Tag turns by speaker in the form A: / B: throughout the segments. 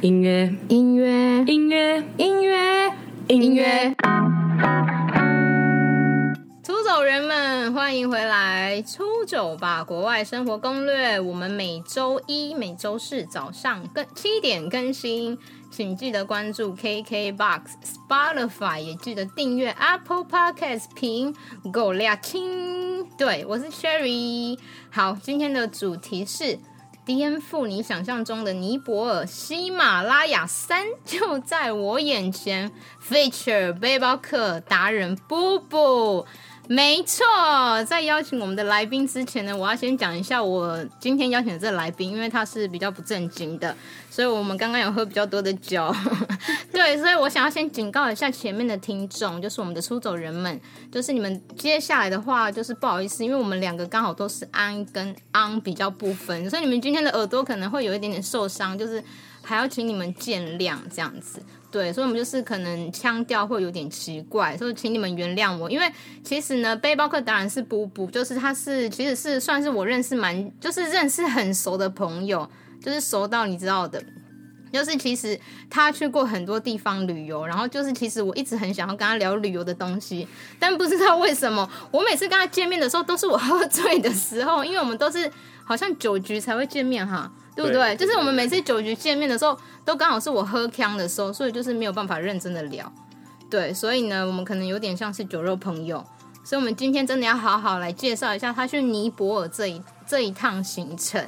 A: 音乐，
B: 音乐，
A: 音乐，
B: 音乐，
A: 音乐。
B: 出走人们，欢迎回来！出走吧，国外生活攻略。我们每周一、每周四早上更七点更新，请记得关注 KKBox、Spotify，也记得订阅 Apple Podcast 评狗俩亲。对，我是 Sherry。好，今天的主题是颠覆你想象中的尼泊尔，喜马拉雅山就在我眼前。Feature 背包客达人布布。没错，在邀请我们的来宾之前呢，我要先讲一下我今天邀请的这个来宾，因为他是比较不正经的，所以我们刚刚有喝比较多的酒。 对，所以我想要先警告一下前面的听众，就是我们的出走人们，就是你们接下来的话，就是不好意思，因为我们两个刚好都是安跟昂比较不分，所以你们今天的耳朵可能会有一点点受伤，就是还要请你们见谅这样子。对，所以我们就是可能腔调会有点奇怪，所以请你们原谅我。因为其实呢，背包客当然是布布，就是他是其实是算是我认识蛮，就是认识很熟的朋友，就是熟到你知道的。就是其实他去过很多地方旅游，然后就是其实我一直很想要跟他聊旅游的东西，但不知道为什么我每次跟他见面的时候都是我喝醉的时候，因为我们都是好像酒局才会见面哈，对不对？
C: 对
B: 就是我们每次酒局见面的时候，都刚好是我喝呛的时候，所以就是没有办法认真的聊。对，所以呢，我们可能有点像是酒肉朋友，所以我们今天真的要好好来介绍一下他去尼泊尔这一这一趟行程。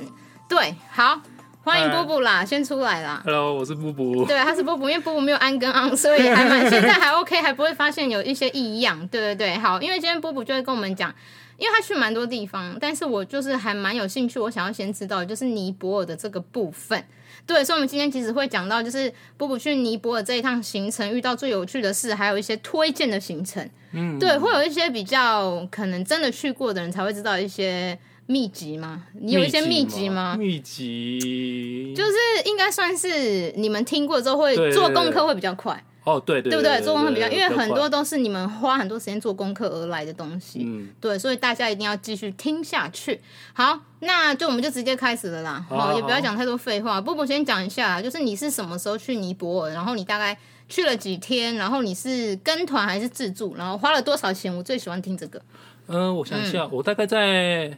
B: 对，好，欢迎
C: 嗨
B: 波波啦，先出来啦。
C: Hello，我是布布。
B: 对，他是波波，因为波波没有安跟昂，所以还 蛮现在还 OK，还不会发现有一些异样。对对对，好，因为今天波波就会跟我们讲，因为他去蛮多地方，但是我就是还蛮有兴趣，我想要先知道的就是尼泊尔的这个部分。对，所以我们今天其实会讲到，就是波波去尼泊尔这一趟行程遇到最有趣的事，还有一些推荐的行程。嗯，对，会有一些比较可能真的去过的人才会知道一些秘籍吗？你有一些秘籍吗？
C: 秘籍
B: 就是应该算是你们听过之后会
C: 对对对
B: 做功课会比较快，
C: 哦，对对
B: 对不
C: 对
B: 对？做功课比较，因为很多
C: 都
B: 都是你们花很多时间做功课而来的东西，
C: 嗯
B: 对，所以大家一定要继续听下去。好，那就我们就直接开始了啦，
C: 好啊
B: 也
C: 好
B: 不要讲太多废话。波波先讲一下啦，就是你是什么时候去尼泊尔，然后你大概去了几天，然后你是跟团还是自助，然后花了多少钱？我最喜欢听这个，
C: 嗯、我想一下，我大概在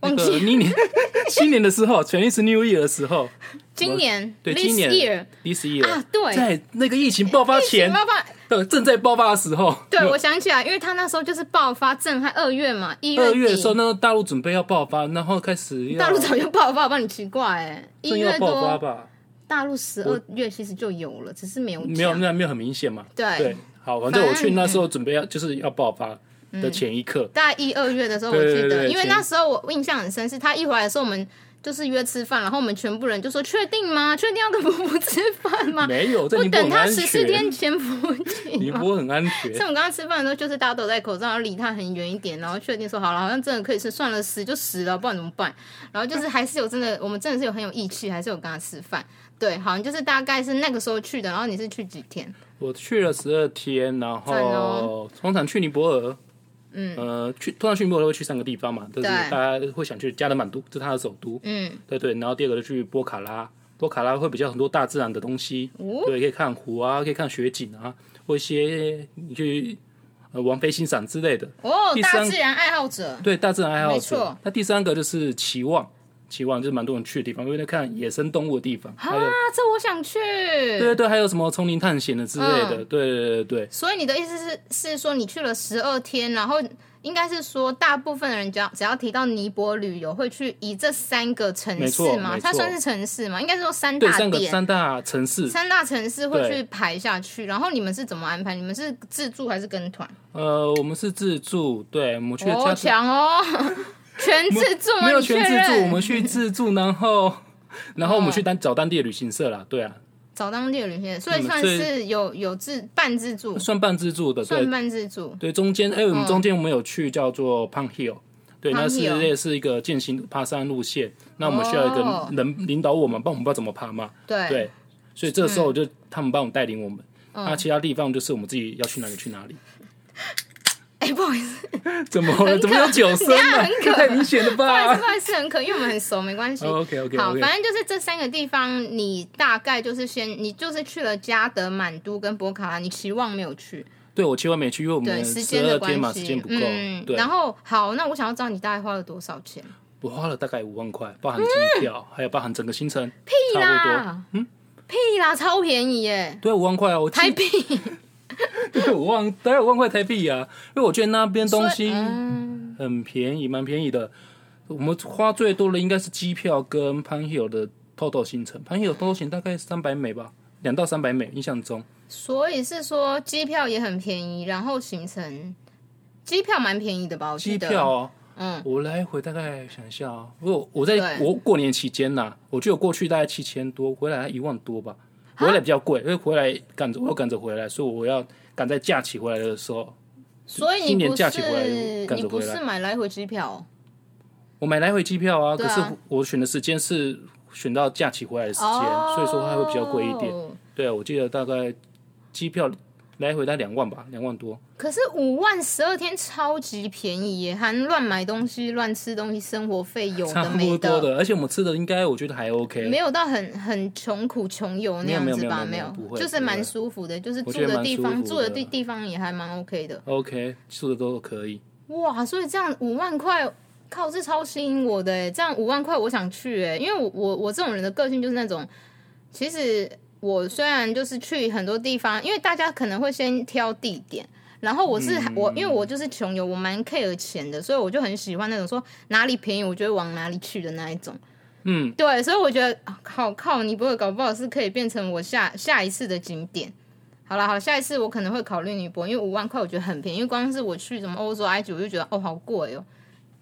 C: 那
B: 忘记
C: 个
B: 了
C: 一年 新年的时候，全力是 New Year 的时候
B: 今年
C: 对
B: this
C: 今年
B: year
C: ，This Year
B: 啊对
C: 在那个疫情爆发前，
B: 爸爸。
C: 对，正在爆发的时候，
B: 对，我想起来，因为他那时候就是爆发震撼，二月嘛，一
C: 二
B: 底
C: 月的时 候，那个大陆准备要爆发，然后开始要
B: 大陆早就爆发，我帮你奇怪 哎，一
C: 正要
B: 月
C: 爆发
B: 多，
C: 吧？
B: 大陆十二月其实就有了，只是没有
C: 没有，
B: 讲
C: 那没有很明显嘛。
B: 对
C: 对，好，反正我
B: 反正
C: 去那时候准备要就是要爆发
B: 嗯
C: 的前一刻，
B: 大概一二月的时候，我
C: 对
B: 记
C: 对
B: 得，
C: 对
B: 因为
C: 前
B: 那时候我印象很深，是他一回来的时候，我们就是约吃饭，然后我们全部人就说：“确定吗？确定要跟伯伯吃饭吗？”
C: 没有，在
B: 不
C: 宁波
B: 等
C: 很
B: 他
C: 安
B: 十四天
C: 全，
B: 潜伏期
C: 宁
B: 吗？
C: 波很安 全
B: 所以。我们刚刚吃饭的时候，就是大家都戴口罩，然后离他很远一点，然后确定说好了，好像真的可以吃，算了，死就死了，不然怎么办？然后就是还是有真的，我们真的是有很有义气，还是有跟他吃饭。对，好像就是大概是那个时候去的，然后你是去几天？
C: 我去了十二天，然
B: 赞哦
C: 后通常去尼泊尔，嗯，呃，去通常去尼泊尔会去三个地方嘛，就是
B: 对
C: 大家会想去加德满都，这是它的首都，
B: 嗯，
C: 对对，然后第二个就去波卡拉，波卡拉会比较很多大自然的东西，
B: 哦
C: 对，可以看湖啊，可以看雪景啊，或一些你去呃王妃欣赏之类的，
B: 哦，
C: 第
B: 大
C: 三
B: 自然爱好者，
C: 对，大自然爱好
B: 没错
C: 者。那第三个就是期望，期望就是蛮多人去的地方，因为在看野生动物的地方，还有
B: 啊，这我想去。
C: 对对对，还有什么丛林探险的之类
B: 嗯
C: 的，对对对对。
B: 所以你的意思是是说你去了十二天，然后应该是说大部分的人只要只要提到尼泊尔旅游，会去以这三个城
C: 没
B: 市
C: 错
B: 嘛？
C: 没
B: 它
C: 错
B: 算是城市嘛？应该是说三
C: 对，
B: 大
C: 三个
B: 点。
C: 三大城市，
B: 三大城市会
C: 对
B: 去排下去，然后你们是怎么安排？你们是自助还是跟团？
C: 呃，我们是自助，对，我们去
B: 哦，
C: 家
B: 强哦， 全自助吗？
C: 没有
B: 你确
C: 全自助，
B: 认嗯
C: 我们去自助，然后然后我们去当找当地的旅行社啦，对啊，
B: 找当地的旅行社，所以
C: 嗯
B: 算
C: 所以
B: 是有有自半自助，
C: 算半自助的，
B: 算
C: 对
B: 半嗯自助。
C: 对，中间哎，我们中间我们有去叫做 Pang Hill。对，
B: Pang
C: 那是
B: Hill
C: 类似一个践行爬山路线，那我们需要一
B: 哦
C: 个人领导我们，帮我们不知道怎么爬嘛。
B: 对，嗯
C: 对，所以这个时候就 他们帮我们带领我们，那其他地方就是我们自己要去哪里去哪里。
B: 哎、不好意 思，
C: 怎么了？怎么有九声呢、
B: 很可
C: 这太明显了
B: 不好意思，
C: 吧
B: 不好意思，很可，因为我们很熟，没关系。
C: ？OK 哦 OK
B: 好，
C: OK，
B: 反正就是这三个地方，你大概就是先，你就是去了加德满都跟博卡拉，你期望没有去，
C: 对我千万没去，因为我
B: 对
C: 们
B: 时
C: 嗯十
B: 间的
C: 二
B: 关
C: 天嘛，
B: 系，
C: 时间不够。
B: 嗯，
C: 对，
B: 然后好，那我想要知道你大概花了多少钱？
C: 我花了大概五万块，包含机票，还有包含整个行程，
B: 屁
C: 差不多。
B: 啦，嗯，屁啦，超便宜耶，
C: 对，五万块啊，我记
B: 台币。
C: 对五万，大概五万块台币啊，因为我觉得那边东西
B: 嗯，
C: 很便宜，蛮便宜的。我们花最多的应该是机票跟潘 hill 的 total 行程，潘 hill total 行大概三百美吧，两到三百美，印象中。
B: 所以是说机票也很便宜，然后行程机票蛮便宜的吧？我记
C: 机
B: 得
C: 票啊，
B: 嗯，
C: 我来回大概想一下啊，我我在
B: 对
C: 我过年期间呐、我记得我过去大概七千多，回来一万多吧。回来比较贵，因为回来赶着我要赶着回来，所以我要赶在假期回来的时候，
B: 所以
C: 今
B: 你
C: 年
B: 不
C: 假期回来
B: 是
C: 赶
B: 你
C: 着
B: 不
C: 回来
B: 是买来回机票哦
C: 我买来回机票啊，
B: 对
C: 可
B: 啊
C: 是我选的时间是选到假期回来的时间，
B: 哦，
C: 所以说它会比较贵一点。。对啊，我记得大概机票来回大概两万吧，两万多。
B: 可是五万十二天超级便宜耶，含乱买东西、乱吃东西、生活费有
C: 差
B: 的
C: 不
B: 没
C: 多的，而且我们吃的应该我觉得还 OK，
B: 没有到很很穷苦穷游那样
C: 没有
B: 子吧？
C: 没有没有
B: 有
C: 没有不，会
B: 就是蛮舒服的，就是住
C: 我觉得
B: 的
C: 蛮
B: 地
C: 舒
B: 方
C: 服
B: 住的
C: 的
B: 地地方也还蛮 OK 的。
C: OK，住的都可以。
B: 哇，所以这样五万块，靠，这超吸引我的哎！这样五万块我想去哎，因为我我我这种人的个性就是那种，其实我虽然就是去很多地方，因为大家可能会先挑地点。然后我是、我，因为我就是穷游，我蛮 care 钱的，所以我就很喜欢那种说哪里便宜，我就会往哪里去的那一种。
C: 嗯，
B: 对，所以我觉得啊好靠你不会搞不好是可以变成我下下一次的景点。好了，好，下一次我可能会考虑尼泊尔，因为五万块我觉得很便宜，因为光是我去什么欧洲、埃及，我就觉得哦好贵哦，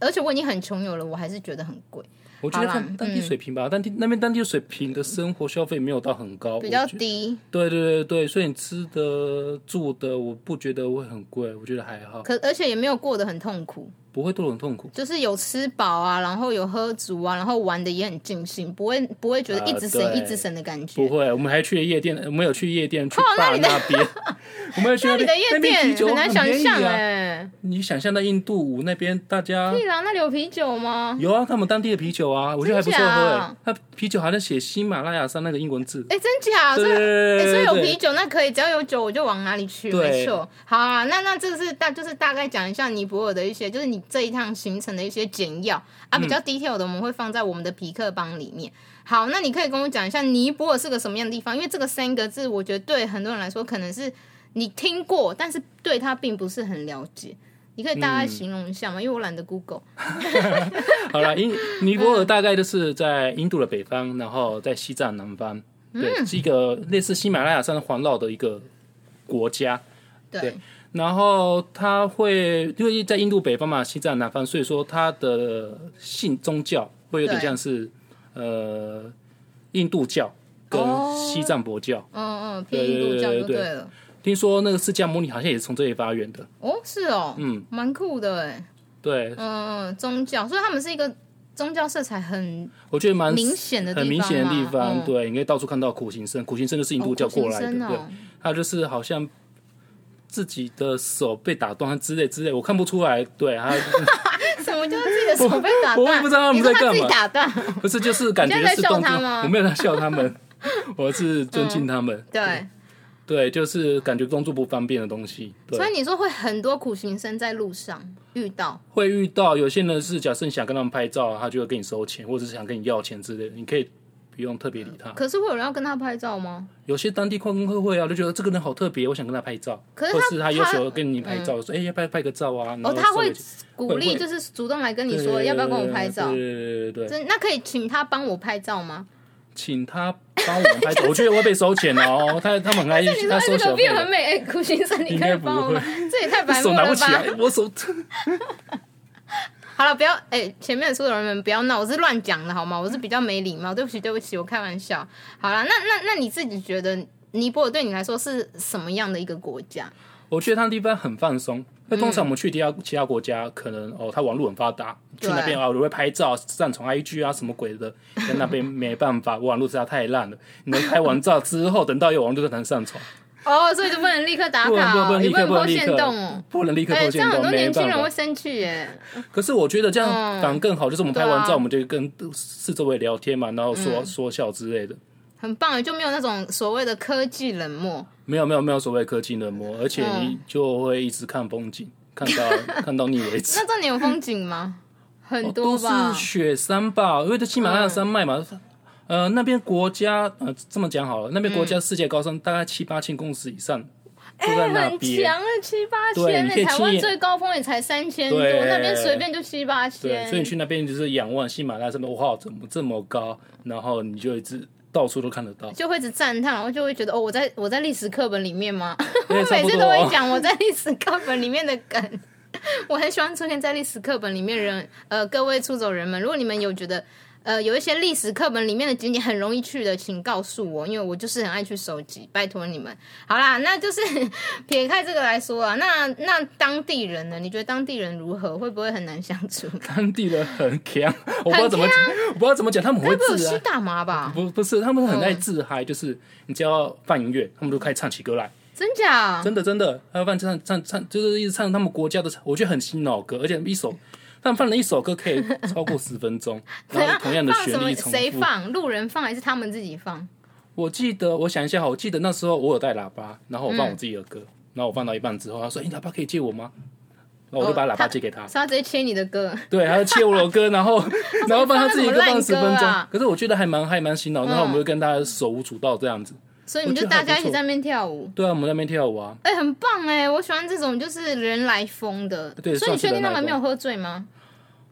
B: 而且我已经很穷游了，我还是觉得很贵，
C: 我觉得
B: 好啦嗯
C: 看当地水平吧，当地那边当地水平的生活消费没有到很高，
B: 比较
C: 哦我觉得。
B: 低。
C: 对对对对，所以你吃的住的，我不觉得会很贵，我觉得还好，
B: 可而且也没有过得很痛苦，
C: 不会都很痛苦。
B: 就是有吃饱啊，然后有喝足啊，然后玩的也很尽兴，不会不会觉得一直省、
C: 啊对
B: 一直省的感
C: 不
B: 觉。
C: 会，我们还去了夜店，我们有去夜店
B: 哦
C: 去坝那 边，我们有去那
B: 那里
C: 边
B: 的夜
C: 那边啤
B: 店
C: 酒
B: 很难想象
C: 哎、
B: 哎、
C: 你想象到印度舞那边，大家
B: 对啦，那里有啤酒吗？
C: 有啊，他们当地的啤酒啊，我觉得还不错喝
B: 真
C: 哎、
B: 假
C: 他啤酒还在写喜马拉雅山那个英文字，
B: 哎、真假？
C: 对
B: 所以
C: 对
B: 欸所以
C: 对
B: 有
C: 对
B: 啤
C: 对，
B: 酒那可以，只要有酒我就往哪里去，
C: 对
B: 没错。好啊，那那这是大就是大概讲一下尼泊尔的一些，就是你这一趟行程的一些简要啊，比较 detail 的我们会放在我们的皮克邦里面。好，那你可以跟我讲一下尼泊尔是个什么样的地方？因为这个三个字，我觉得对很多人来说可能是你听过，但是对它并不是很了解。你可以大概形容一下吗？因为我懒得 Google。
C: 好了，印尼泊尔大概就是在印度的北方，然后在西藏南方，
B: 嗯
C: 对，是一个类似喜马拉雅山环绕的一个国家。
B: 对，
C: 对然后它会因为在印度北方嘛，西藏南方，所以说它的信宗教会有点
B: 对
C: 像是呃印度教跟
B: 哦
C: 西藏佛教。
B: 嗯嗯，偏印度教就对了。
C: 听说那个释迦牟尼好像也是从这里发源的。
B: 哦，是哦，
C: 嗯，
B: 蛮酷的哎。
C: 对，
B: 嗯，宗教，所以他们是一个宗教色彩很
C: 我觉得蛮
B: 哦明显的地方
C: 很明显的地
B: 嘛
C: 方，
B: 嗯
C: 对，你可以到处看到苦行僧，苦行僧就是印度教过来的，
B: 哦
C: 对，他就是好像自己的手被打断之类之类，我看不出来，对，他
B: 什么叫自己的手被打断？
C: 我我也不知道他们在干嘛
B: 你说他自己打断，
C: 不是就是感觉
B: 你现在在
C: 是
B: 笑
C: 动作
B: 他吗，
C: 我没有在笑他们，我是尊敬他们，
B: 对，
C: 对，就是感觉工作不方便的东西，对
B: 所，以你说会很多苦行僧在路上遇到，
C: 会遇到有些人是假设你想跟他们拍照，他就会跟你收钱，或者是想跟你要钱之类的，你可以不用特别理他。
B: 可是会有人要跟他拍照吗？
C: 有些当地矿工会啊，就觉得这个人好特别，我想跟他拍照，
B: 可是他
C: 或是他有时候跟你拍照，说哎、要不要拍个照啊？然后
B: 哦，他
C: 稍微
B: 会鼓励，
C: 会
B: 就是主动来跟你
C: 对
B: 说要不要跟我拍照
C: 对。对对对对，
B: 真那可以请他帮我拍照吗？
C: 请他帮我们拍照， 我觉得我会被收钱哦。他他们很爱
B: 你说
C: 他
B: 哎
C: 收
B: 这
C: 小
B: 个
C: 费
B: view
C: 的，
B: 很美，哎，苦行僧你
C: 应
B: 可以
C: 该不
B: 帮 我吗？这也太白
C: 手
B: 目
C: 拿
B: 了
C: 不起
B: 吧！
C: 来，我手
B: 好了，不要哎、前面的所有人们不要闹，我是乱讲的好吗？我是比较没礼貌，对不起，对不起，我开玩笑。好了，那那那你自己觉得尼泊尔对你来说是什么样的一个国家？
C: 我觉得他地方很放松。
B: 嗯
C: 那通常我们去其他其他国家，可能哦，他网络很发达，去
B: 对
C: 那边啊，我会拍照、上传 IG 啊，什么鬼的。在那边没办法，网络实在太烂了。你能拍完照之后，等到有网络就很难上传。
B: 哦，所以就不能立刻打
C: 不能
B: 卡
C: 不能
B: 哦，
C: 不能
B: 你
C: 立
B: 不
C: 刻
B: 能
C: 不
B: 抛
C: 能立
B: 线
C: 刻
B: 动哦。
C: 不能立刻
B: 哎，
C: 破
B: 这
C: 线
B: 样很
C: 动，
B: 多
C: 没
B: 年
C: 办
B: 轻人
C: 法
B: 会。生气耶。
C: 可是我觉得这样
B: 嗯
C: 反而更好，就是我们拍完
B: 对啊
C: 照，
B: 嗯
C: 我们就跟四周围聊天嘛，然后说说笑之类的。
B: 很棒，就没有那种所谓的科技冷 漠。
C: 没有没有没有所谓科技冷
B: 嗯
C: 漠，而且你就会一直看风景，看 到看到腻为止。
B: 那这里有风景吗？很多
C: 哦都
B: 吧嗯
C: 是。雪山吧，因为这喜马拉雅山脉嘛。呃，那边国家呃，这么讲好了，那边国家世界高山大概七八千公尺以上，就在
B: 哎很
C: 那边。
B: 强的七八
C: 对
B: 千
C: 你
B: 呢、
C: 可以
B: 台湾
C: 亲眼
B: 最高峰也才三千多，
C: 对
B: 那边随便就七八
C: 对，
B: 千。
C: 所以你去那边就是仰望喜马拉雅山脉，哇，怎么这么高？然后你就一直到处都看得
B: ，
C: 到
B: 就会一直赞叹，然后就会觉得哦，我在我在历史课本里面 吗？
C: 因为差
B: 每
C: 不
B: 次
C: 多
B: 都会
C: 哦。
B: 讲我在历史课本里面的梗。 我很喜欢出现在历史课本里面人，呃，各位出走人们，如果你们有觉得，呃，有一些历史课本里面的景点很容易去的，请告诉我，因为我就是很爱去收集，拜托你们。好啦，那就是撇开这个来说啊，那那当地人呢？你觉得当地人如何？会不会很难相 处？
C: 当地人很强，我不知道怎么，我不知道怎么讲，他们很会
B: 不有
C: 自
B: 吸
C: 然。
B: 大麻吧？
C: 不不是，他们很爱
B: 嗯
C: 自嗨，就是你只要放音乐，他们都开始唱起歌来。
B: 真假？
C: 真的真的，他们放唱唱唱，就是一直唱他们国家的，我觉得很洗脑歌，而且一首，他们放了一首歌可以超过十 分钟，然后同样的
B: 啊放
C: 旋
B: 什么？
C: 律重
B: 谁
C: 复。
B: 放？路人放还是他们自己放？
C: 我记得，我想一下哈，我记得那时候我有带喇叭，然后我放我自己的歌，
B: 嗯
C: 然后我放到一半之后，他说：“哎你、喇叭可以借我吗？”然后我就把喇叭借给他，
B: 是要直接切你的歌？
C: 对，他就借我的歌，然后然后放他自己的歌放十
B: 什么烂
C: 分
B: 歌
C: 钟
B: 啊。
C: 可是我觉得还蛮还蛮洗脑，然后我们就跟他手舞足蹈这样子。
B: 所以你们
C: 我
B: 就
C: 觉得
B: 大
C: 还
B: 家一起
C: 不错
B: 在那边跳舞，
C: 对啊，我们在那边跳舞啊，
B: 哎、很棒哎、我喜欢这种就是人来疯的。
C: 对
B: 所以你
C: 算是
B: 确定
C: 人
B: 他
C: 来
B: 们
C: 疯
B: 没有喝醉吗？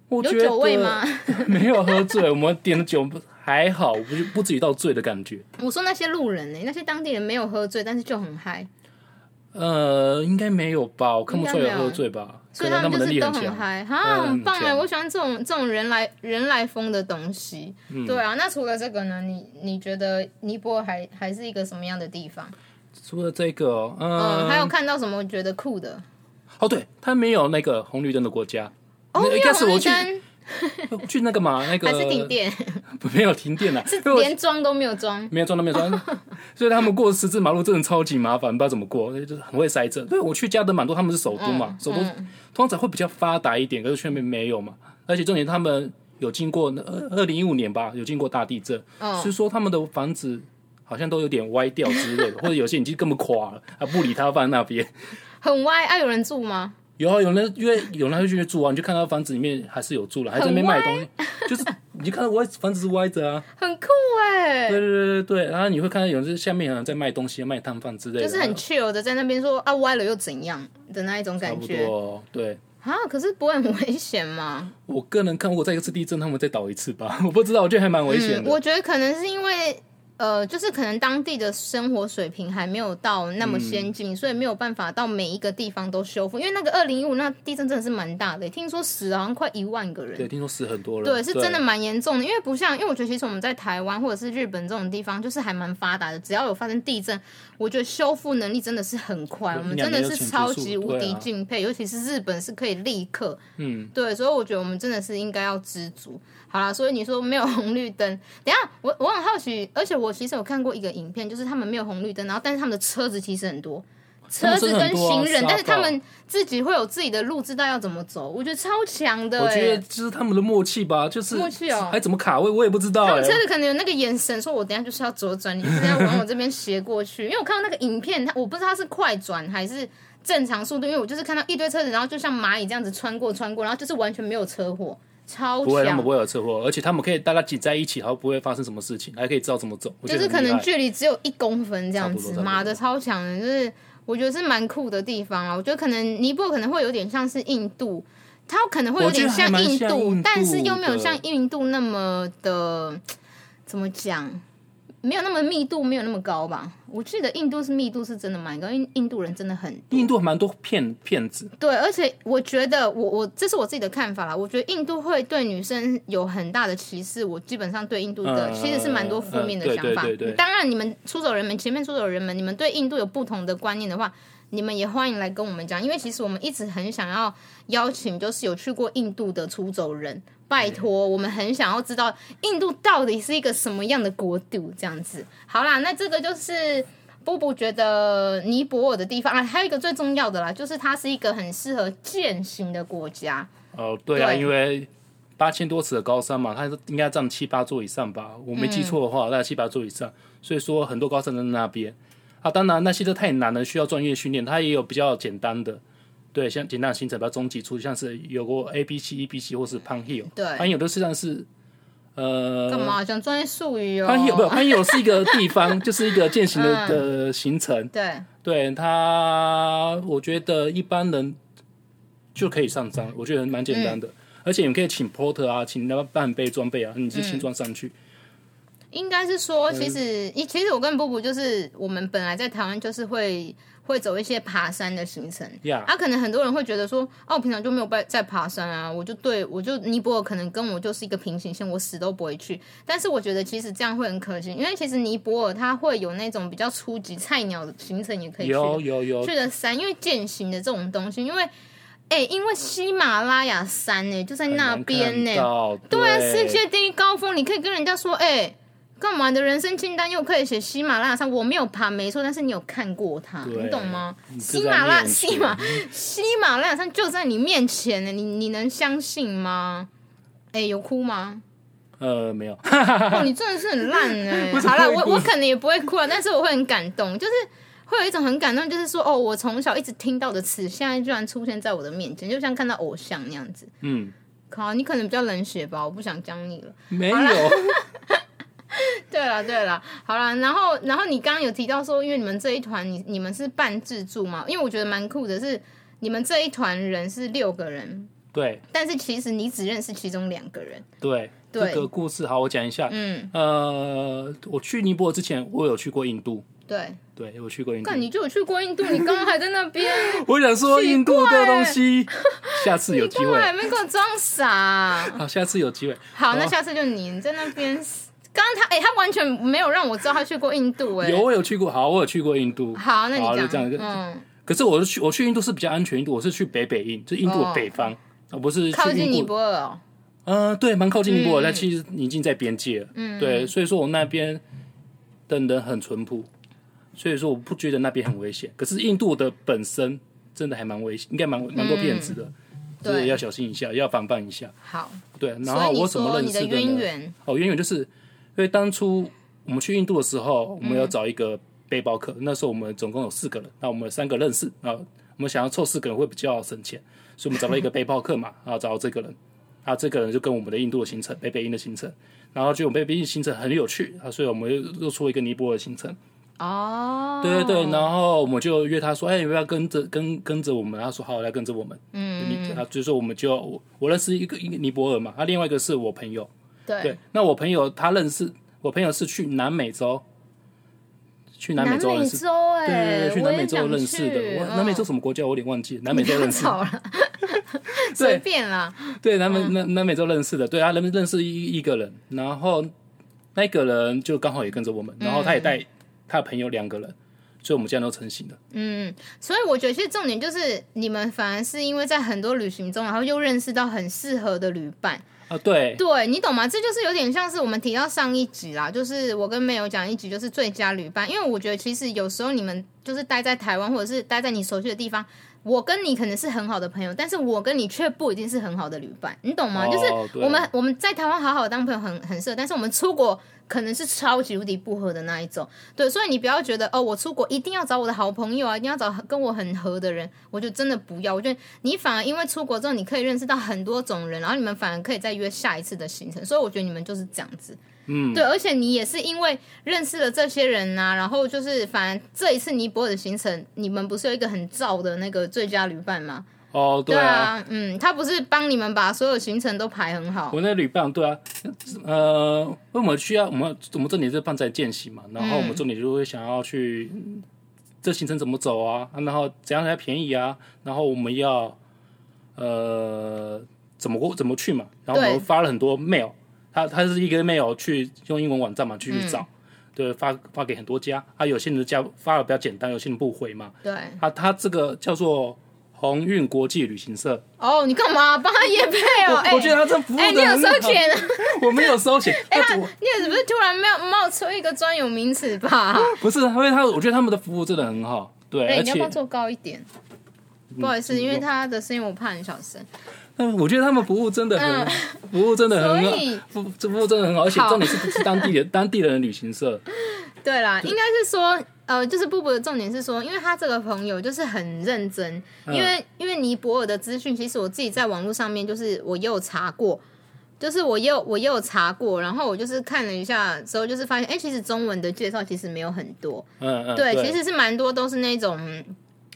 C: 我觉
B: 有
C: 得
B: 酒味吗？？
C: 没有喝醉，我们点的酒还好，不不至于到醉的感觉。
B: 我说那些路人欸呢、那些当地人没有喝醉，但是就很嗨，
C: 呃，应该没有吧？我看不出来有喝醉吧？
B: 所
C: 可
B: 以
C: 能
B: 他们
C: 们
B: 就
C: 能
B: 是
C: 力
B: 都
C: 很
B: 很
C: 强。
B: 嗨，哈，
C: 嗯
B: 很棒哎、
C: 这样
B: 我喜欢这种这种人来人来疯的东西。
C: 嗯
B: 对啊，那除了这个呢？你你觉得尼泊尔还还是一个什么样的地方？
C: 除了这个哦，
B: 嗯，还
C: 嗯，
B: 有看到什么觉得酷的？
C: 哦，对，他没有那个红绿灯的国家。
B: 哦，
C: 那
B: 没
C: 一
B: 有
C: 开始
B: 红
C: 我
B: 绿
C: 去呃
B: 灯，
C: 去那个嘛，那个
B: 还是停电，
C: 没有停电啊，
B: 是
C: 因为我
B: 连装都没有装。
C: 没有装到没 有装，所以他们过十字马路真的超级麻烦，不知道怎么过，就是很会塞车。对我去加德满都，他们是首都嘛，首都通常会比较发达一点，可是却没没有嘛。而且重点，他们有经过二二零一五年吧，有经过大地震，
B: 嗯
C: 是说他们的房子好像都有点歪掉之类的，或者有些已经根本垮了，啊不理他放在那边。
B: 很歪，啊，有人住吗？
C: 有啊，有人因为有人会去住啊，你就看到房子里面还是有住了，还在那边卖东西，就是你就看到歪房子是歪着啊，
B: 很酷哎、
C: 对啊对对对，然后你会看到有人在下面有人在卖东西、卖摊贩之类的，
B: 就是很 chill 的在那边说啊歪了又怎样的那一种
C: 差
B: 感
C: 不
B: 觉
C: 多。对，
B: 啊，可是不会很危险吗？
C: 我个人看，如果再一次地震，他们再倒一次吧， 我不知道，我觉得还蛮危险
B: 嗯，
C: 的。
B: 我觉得可能是因为呃，就是可能当地的生活水平还没有到那
C: 嗯
B: 么先进，所以没有办法到每一个地方都修复。因为那个二零一五那地震真的是蛮大的，欸听说死了好像快一万个人
C: 对，。听说死很多人，
B: 对，是真的。蛮严重的，因为不像，因为我觉得其实我们在台湾或者是日本这种地方，就是还蛮发达的。只要有发生地震，我觉得修复能力真的是很快，
C: 对
B: 我们
C: 一
B: 真
C: 两
B: 的
C: 年
B: 是
C: 就请
B: 超
C: 结束
B: 级无
C: 对啊
B: 敌敬佩，尤其是日本是可以立刻，
C: 嗯，
B: 对，所以我觉得我们真的是应该要知足。好啦，所以你说没有红绿灯，等一下我我很好奇，而且我其实有看过一个影片，就是他们没有红绿灯，然后但是他们的车子其实很多。
C: 他
B: 车
C: 们
B: 子
C: 真的很
B: 跟
C: 多啊
B: 行人，
C: 杀
B: 但是他
C: 到
B: 们自己会有自己的路，知道要怎么走，我觉得超强的、欸。
C: 我觉得就是他们的默契吧，就是
B: 默契哦
C: 还怎么卡位，我也不知道
B: 他
C: 哎、
B: 们车子可能有那个眼神，说我等一下就是要左转，你就是要往我这边斜过去。因为我看到那个影片，它我不知道它是快转还是正常速度，因为我就是看到一堆车子，然后就像蚂蚁这样子穿过穿过，然后就是完全没有车祸，超
C: 不会，他
B: 强
C: 们不。会有车祸，而且他们可以大家挤在一起，然后不会发生什么事情，还可以知道怎么走。我觉
B: 就
C: 得
B: 是可
C: 很厉
B: 能
C: 害
B: 距离只有一公分这样
C: 差不
B: 子，
C: 多差不多
B: 妈的超强的，就是我觉得是蛮酷的地方啊。我觉得可能尼泊尔可能会有点像是印度，它可能会有点
C: 我觉得还蛮
B: 印
C: 像印度的
B: 但是又没有像印度那么的怎么讲，没有那么密度，没有那么高吧。我记得印度是密度是真的蛮高，因为印度人真的很
C: 印度还蛮多骗骗子，
B: 对，而且我觉得我我这是我自己的看法啦。我觉得印度会对女生有很大的歧视，我基本上对印度的、
C: 嗯
B: 其实是蛮多负面的想法。
C: 嗯对对对对
B: 当然，你们出走人们前面出走人们，你们对印度有不同的观念的话，你们也欢迎来跟我们讲，因为其实我们一直很想要邀请，就是有去过印度的出走人。拜托，我们很想要知道印度到底是一个什么样的国度，这样子。好啦，那这个就是布布觉得尼泊尔的地方啊，还有一个最重要的啦，就是它是一个很适合践行的国家。
C: 哦，对啊，
B: 对
C: 因为八千多尺的高山嘛，它是应该占七八座以上吧，我没记
B: 嗯
C: 错的话，大概七八座以上。所以说很多高山在那边啊，当然那些都太难了，需要专业训练。它也有比较简单的，对，像简单的行程，比较中级处，像是有过 A B C、E B C 或是 Pan Hill，
B: 对
C: ，Pan Hill 都实际上是呃
B: 干嘛讲专业术语哦？
C: 潘友不是潘友是一个地方， 就是一个践行的
B: 嗯
C: 的行程。
B: 对，
C: 对它，我觉得一般人就可以上山，我觉得蛮简单的。
B: 嗯
C: 而且你可以请 porter 啊，请那半背装备啊，你
B: 嗯
C: 是轻装上去。
B: 应该是说，其实一、其实我跟布布就是我们本来在台湾就是会会走一些爬山的行程。
C: 呀
B: 啊，可能很多人会觉得说，哦、我平常就没有在在爬山啊，我就对我就尼泊尔可能跟我就是一个平行线，我死都不会去。但是我觉得其实这样会很可惜，因为其实尼泊尔它会有那种比较初级菜鸟的行程也可以去的
C: 有有有
B: 去，的山，因为践行的这种东西，因为哎、因为喜马拉雅山呢、就在那边呢、哎
C: 哎很难看到
B: 对啊，
C: 对
B: 世界第一高峰，你可以跟人家说，哎、干嘛？你的人生清单又可以写喜马拉雅山，我没有爬，没错，但是你有看过它，
C: 对
B: 你懂吗？
C: 就
B: 喜
C: 在
B: 马拉
C: 面前
B: 喜马喜马拉雅山就在你面前呢，你你能相信吗？哎、有哭吗？
C: 呃没有，
B: 哦，你真的是很烂 哎、
C: 为什么
B: 好了，
C: 会哭
B: 我我可能也不会哭了，啊但是我会很感动，就是会有一种很感动，就是说哦，我从小一直听到的词，现在居然出现在我的面前，就像看到偶像那样子。
C: 嗯，
B: 靠，你可能比较冷血吧，我不想讲你了。
C: 没有。
B: 对了对了，好了，然后然后你刚刚有提到说，因为你们这一团，你你们是半自助嘛？因为我觉得蛮酷的是，你们这一团人是六个人，
C: 对
B: 但是其实你只认识其中两个人。
C: 对，
B: 对
C: 这个故事好，我讲一下。
B: 嗯，
C: 呃，我去尼泊尔之前，我有去过印度。
B: 对，
C: 对，我去过印度
B: 干。你就有去过印度，你刚刚还在那边，
C: 我想说，
B: 奇怪
C: 印度这个东 西，下次有机
B: 干嘛
C: 会。
B: 还啊没给我装傻、
C: 好，下次有机会。
B: 好，那
C: 哦
B: 下次就你你在那边。刚刚他哎、他完全没有让我知道他去过印度哎、
C: 有我有去过，好，我有去过印度。
B: 好，那
C: 好
B: 你
C: 就这样。
B: 嗯，
C: 可是我是去我去印度是比较安全印度，我是去北北印，就印度的北方，而不是去
B: 哦靠近
C: 印
B: 尼
C: 度。
B: 泊尔、哦，
C: 嗯，对，蛮靠近尼泊尔，但其实已经在边界了。嗯，对，所以说我那边的人很淳朴，所以说我不觉得那边很危险。可是印度的本身真的还蛮危险，应该蛮蛮多骗子的，所以
B: 嗯对
C: 要小心一下，要防范一下。
B: 好，
C: 对，然
B: 所
C: 后
B: 以
C: 我
B: 你
C: 怎么
B: 说
C: 认
B: 你
C: 识
B: 的
C: 呢
B: 渊源，
C: 哦，渊源就是因为当初我们去印度的时候，我们要找一个背包客，那时候我们总共有四个人，那我们三个认识啊，我们想要凑四个人会比较省钱，所以我们找到一个背包客嘛，啊，找到这个人，啊，这个人就跟我们的印度的行程，北北印的行程，然后就我们北北印行程很有趣啊，所以我们又又出了一个尼泊尔行程，
B: 哦，
C: 对对对，然后我们就约他说，哎，你要不要跟着跟跟着我们？他说好，来跟着我们，嗯，啊，就是我们就我我认识一个一个尼泊尔嘛，啊，另外一个是我朋友。
B: 对
C: 对，那我朋友他认识，我朋友是去南美洲，去南美洲认识，
B: 洲哎、
C: 对，去南
B: 我
C: 美
B: 也
C: 洲
B: 想
C: 认识
B: 去
C: 的。我南美洲
B: 嗯
C: 什么国家我有点忘记，南美 洲认识，
B: 吵了，随
C: 对
B: 便啦，
C: 对，南美
B: 嗯
C: 南南美洲认识的，对他认认识一一个人，然后那个人就刚好也跟着我们，
B: 嗯
C: 然后他也带他的朋友两个人，所以我们这样都成型的。
B: 所以我觉得其实重点就是你们反而是因为在很多旅行中，然后又认识到很适合的旅伴，
C: 啊，对，
B: 对你懂吗？这就是有点像是我们提到上一集啦，就是我跟妹有讲一集，就是最佳旅伴。因为我觉得其实有时候你们就是待在台湾，或者是待在你熟悉的地方，我跟你可能是很好的朋友，但是我跟你却不一定是很好的旅伴，你懂吗？
C: 哦
B: 就是
C: 对
B: 我们我们在台湾好好的当朋友很很适合，但是我们出国可能是超级无敌不合的那一种。对，所以你不要觉得哦，我出国一定要找我的好朋友啊，一定要找跟我很合的人，我就真的不要。我觉得你反而因为出国之后，你可以认识到很多种人，然后你们反而可以再约下一次的行程。所以我觉得你们就是这样子。嗯，对，而且你也是因为认识了这些人呐、然后就是反而这一次尼泊尔的行程，你们不是有一个很燥的那个最佳旅伴吗？
C: 哦，对
B: 对
C: 啊，
B: 啊，嗯，他不是帮你们把所有行程都排很好
C: 我，那旅伴，对啊，呃，因为我们需要我们我们重点是放在践行嘛，然
B: 嗯
C: 后我们重点就会想要去嗯这行程怎么走啊，啊然后怎样才便宜啊，然后我们要呃怎么过怎么去嘛，然后我
B: 对
C: 们发了很多 mail，他他是一个 mail 去用英文网站嘛去去找，
B: 嗯
C: 对，发发给很多家，啊，有些人的家发的比较简单，有些人不回嘛，
B: 对，
C: 啊，他这个叫做 Holiday 鸿运国际旅行社。
B: 哦，你干嘛帮他夜配哦？哎、
C: 我觉得他这服务
B: 哎、
C: 的
B: 你有
C: 很好
B: 收，钱啊？
C: 我没有收钱。
B: 哎、他
C: 他
B: 你也不是突然冒冒出一个专有名词 吧？
C: 不是，因为他我觉得他们的服务真的很好，对，
B: 哎、
C: 而
B: 你要不要
C: 且
B: 做高一点？不好意思，
C: 嗯
B: 因为他的声音我怕很小声。
C: 但我觉得他们服务真的很，服务真的很
B: 嗯所以
C: 好，服这服务真的很好，而且
B: 好
C: 重点是是当地 人当地人的旅行社，
B: 对啦，应该是说，呃，就是布布的重点是说，因为他这个朋友就是很认真，
C: 嗯
B: 因为、因为尼泊尔的资讯，其实我自己在网络上面就是我也有查过，就是我也有我也有查过，然后我就是看了一下之后，就是发现，哎、其实中文的介绍其实没有很多，
C: 嗯嗯，
B: 对，其实是蛮多都是那种。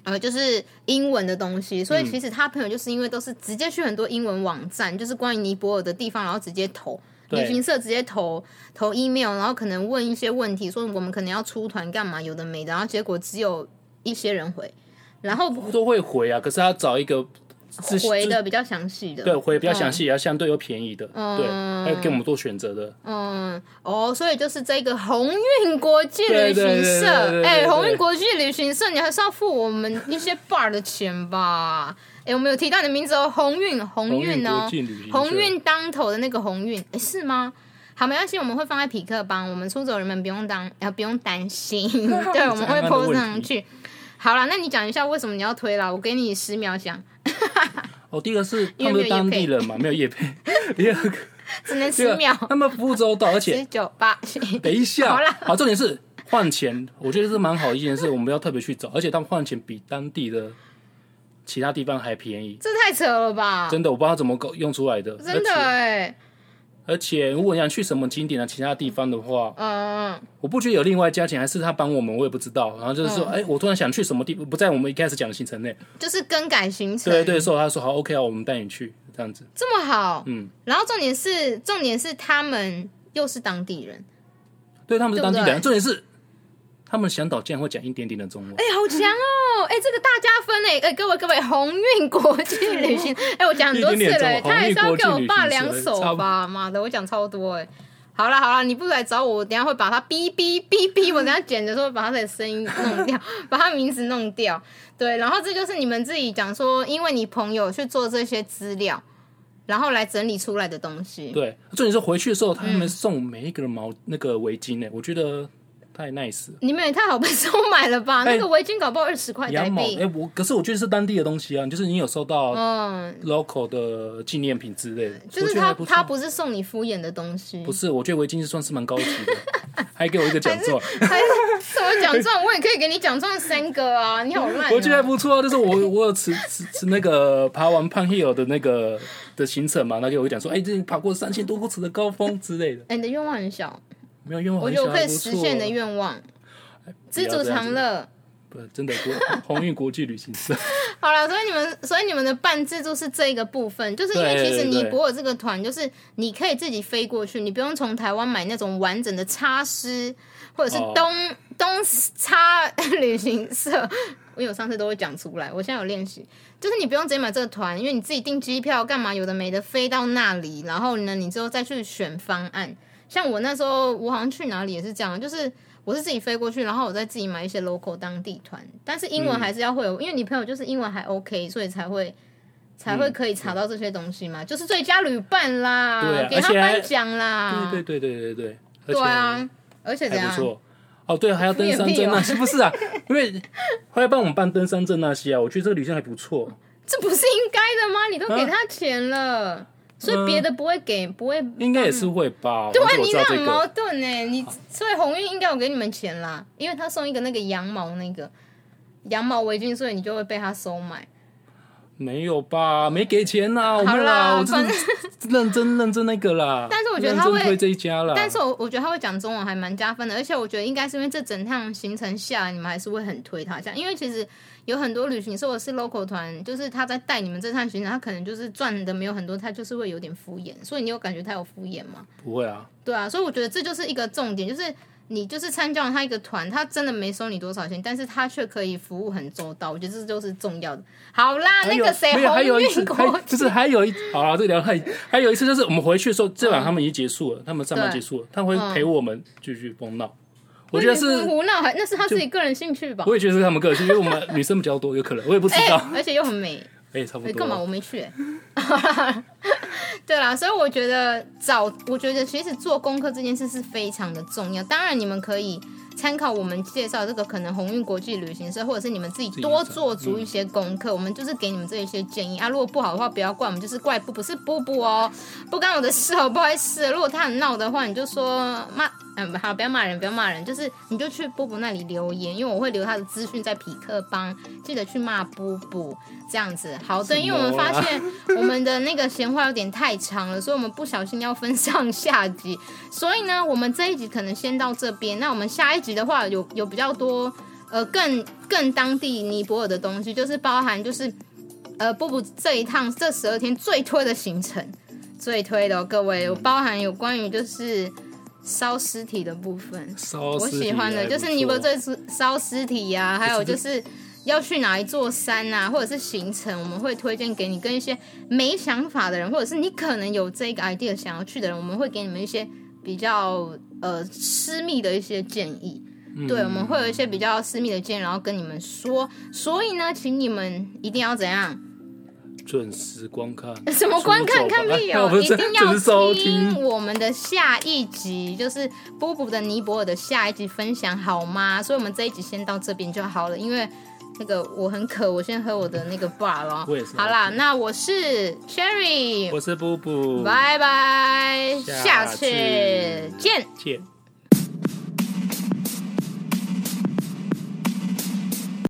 B: 呃，就是英文的东西，所以
C: 嗯
B: 其实他朋友就是因为都是直接去很多英文网站，就是关于尼泊尔的地方，然后直接投
C: 对
B: 旅行社，直接投投 email，然后可能问一些问题，说我们可能要出团干嘛，有的没的，然后结果只有一些人回，然后
C: 都会回啊，可是他找一个自
B: 回
C: 自
B: 的嗯比较详细的，
C: 对回比较详细，也要相对又便宜的，对，还有给我们做选择的，
B: 嗯，哦，所以就是这个鸿运国际旅行
C: 对对对对对
B: 社，
C: 对
B: 哎，鸿运国际旅行社，你还是要付我们一些 bar 的钱吧？哎，我们有提到你的名字哦，鸿运，鸿
C: 鸿运
B: 运哦
C: 国，际旅行社，
B: 鸿运当头的那个鸿运，哎，是吗？好，没关系，我们会放在匹克帮，我们出走人们不用当，呃，不用担 心， 对，我们会
C: 这还蛮多
B: po
C: 问题
B: 上去。好了，那你讲一下为什么你要推啦？我给你十秒讲，
C: 哦，第一个是他
B: 因为
C: 们
B: 没有
C: 是
B: 业
C: 当地
B: 配
C: 人嘛，没有 业配，第二个
B: 只能
C: 第
B: 十
C: 二
B: 秒
C: 个，他们服务周到，而且
B: 十九八七，
C: 等一下，
B: 好啦
C: 重点是换钱，我觉得是蛮好的一件事，我们要特别去找，而且他们换钱比当地的其他地方还便宜，
B: 这太扯了吧？
C: 真的，我不知道怎么搞用出来的，
B: 啊真的
C: 而且。
B: 哎、
C: 而且如果你想去什么景点啊，其他地方的话，
B: 嗯，
C: 我不觉得有另外加钱，还是他帮我们，我也不知道。然后就
B: 嗯
C: 是说，哎、我突然想去什么地，不在我们一开始讲的行程内。
B: 就是更改行程，
C: 对对，所以他说好，OK 啊，我们带你去这样子。
B: 这么好。
C: 嗯，
B: 然后重点是，重点是他们又是当地人，
C: 对，他们是当地
B: 对不
C: 人，
B: 对
C: 重点是他们向导竟然会讲一点点的中文。
B: 哎、好强哦！ 哎、这个大加分哎！哎、各位各位，鸿运国际旅行，哎、我讲很多次
C: 一点
B: 了、
C: 点中
B: 他还是要给我爸两
C: 鸿运国际旅行社
B: 手吧？妈的，我讲超多哎、好啦好啦，你不来找我，我等一下会把他哔哔哔哔，我等一下剪的时候把他的声音弄掉， 把他名字弄掉。对，然后这就是你们自己讲说，因为你朋友去做这些资料，然后来整理出来的东西。
C: 对，重点是回去的时候，他
B: 嗯
C: 们送每一个人毛那个围巾呢、我觉得太 nice 了。
B: 你们也太好被收买了吧？
C: 哎
B: 那个围巾搞不好二十块台
C: 羊毛，哎、
B: 币。
C: 我可是我觉得是当地的东西啊，就是你有收到
B: 嗯，
C: local 的纪念品之类的，
B: 就是
C: 我觉得
B: 他
C: 还不错
B: 他不是送你敷衍的东西
C: 不，是，我觉得围巾是算是蛮高级的，还给我一个奖状，
B: 还是什么奖状？我也可以给你奖状三个啊！你好烂、啊。
C: 哎我觉得还不错啊。就是我我有吃吃吃那个爬完胖 hill 的那个的行程嘛，他给我讲说，哎、这你爬过三千多公尺的高峰之类的，
B: 哎、你的愿望很小，
C: 没有愿望
B: 我
C: 很
B: 觉
C: 小，
B: 得我可
C: 还
B: 以
C: 不
B: 实
C: 错哎
B: 现你的愿望，知足常，乐。
C: 不要这样子不真的国鸿运国际旅行社。
B: 好了，所以你们，所以你们的半自助是这一个部分，就是因为
C: 对
B: 其实
C: 对
B: 尼
C: 对
B: 泊尔这个团，就是你可以自己飞过去，你不用从台湾买那种完整的插师，或者是
C: 哦
B: 东、东插旅行社。因为我上次都会讲出来，我现在有练习，就是你不用直接买这个团，因为你自己订机票干嘛，有的没的飞到那里，然后呢，你之后再去选方案。像我那时候，我好像去哪里也是这样，就是我是自己飞过去，然后我再自己买一些 local 当地团，但是英
C: 嗯
B: 文还是要会有，因为你朋友就是英文还 OK，所以才会才
C: 嗯
B: 会可以查到这些东西嘛，就是最佳旅伴啦，
C: 对啊
B: 给他
C: 而且还
B: 颁奖啦，
C: 对对对对对
B: 啊对
C: 对，而且
B: 啊，而且怎
C: 还
B: 样
C: 不？错。哦，对，还要登山
B: 敷衍屁
C: 证那
B: 哦
C: 些，不是啊？因为后来帮我们办登山证那些啊，我觉得这个旅行还不错。
B: 这不是应该的吗？你都
C: 啊
B: 给他钱了，所
C: 嗯
B: 以别的不会给，不会。
C: 应该也是会吧？
B: 对
C: 而
B: 啊，
C: 且我
B: 你
C: 知
B: 这
C: 道
B: 样
C: 这
B: 很矛
C: 个，
B: 盾呢、欸你所以鸿运应该有给你们钱啦，因为他送一个那个羊毛那个羊毛围巾，所以你就会被他收买。
C: 没有吧？没给钱呐，我
B: 啦
C: 哦没有啦，我真
B: 反
C: 的啊认真认真那个啦。
B: 但是我觉得他会
C: 认真推这一家啦。
B: 但是我我觉得他会讲中文还蛮加分的，而且我觉得应该是因为这整趟行程下来，你们还是会很推他这样，因为其实有很多旅行社或者是 local 团，就是他在带你们这趟行程，他可能就是赚的没有很多，他就是会有点敷衍，所以你有感觉他有敷衍吗？
C: 不会啊，
B: 对啊，所以我觉得这就是一个重点，就是你就是参加了他一个团，他真的没收你多少钱，但是他却可以服务很周到，我觉得这就是重要的。好啦，
C: 还
B: 那
C: 哎有
B: 个谁，
C: 没有还有
B: 鸿
C: 一
B: 运
C: 次，
B: 国
C: 还就是还有一好啦，这个聊太还有一次就是我们回去的时候，这晚他们已经结束了，他们上班
B: 对嗯
C: 结束了，他会陪我们继续疯闹。我觉得是，
B: 胡闹，还那是他自己个人兴趣吧
C: 我。也觉得是他们个性，因为我们女生比较多，有可能我也不知
B: 哎、
C: 道。
B: 而且又很美，
C: 哎、差不
B: 哎
C: 多
B: 干嘛我没去、 欸？对啦，所以我觉得找，我觉得其实做功课这件事是非常的重要。当然，你们可以参考我们介绍这个可能鸿运国际旅行社，或者是你们自己
C: 己
B: 多
C: 找
B: 做足一些功课。我们就是给你们这一些建议啊。如果不好的话，不要怪我们，就是怪布布是布布哦，不干我的事哦，不好意思。如果他很闹的话，你就说骂，嗯，好，不要骂人，不要骂人，就是你就去布布那里留言，因为我会留他的资讯在匹克帮，记得去骂布布这样子。好，对，因为我们发现我们的那个闲话有点太长了，所以我们不小心要分上下集，所以呢，我们这一集可能先到这边。那我们下一集的话有，有比较多呃更更当地尼泊尔的东西，就是包含就是呃布布这一趟这十二天最推的行程，最推的、哦、各位有包含有关于就是烧尸体的部分，
C: 烧
B: 我
C: 尸体
B: 喜欢的
C: 还
B: 就是
C: 不
B: 尼泊
C: 错
B: 最初烧尸体呀、还有 就是要去哪一座山啊，或者是行程，我们会推荐给你跟一些没想法的人，或者是你可能有这个 idea 想要去的人，我们会给你们一些比较呃私密的一些建议。对，我们会有一些比较私密的建议，然后跟你们说。所以呢，请你们一定要怎样？
C: 准时观看，
B: 什么观看
C: 出走
B: 看
C: 吧
B: 屁
C: 哎
B: 哦
C: 不！
B: 一
C: 是
B: 定要
C: 准时收
B: 听
C: 听。
B: 我们的下一集，就是波波的尼泊尔的下一集分享好吗？所以我们这一集先到这边就好了，因为那个我很渴，我先喝我的那个 bar 了。
C: 我也是
B: 好啦，那我是 Sherry，
C: 我是布布，
B: 拜拜，
C: 下
B: 下
C: 次
B: 次见。
C: 见。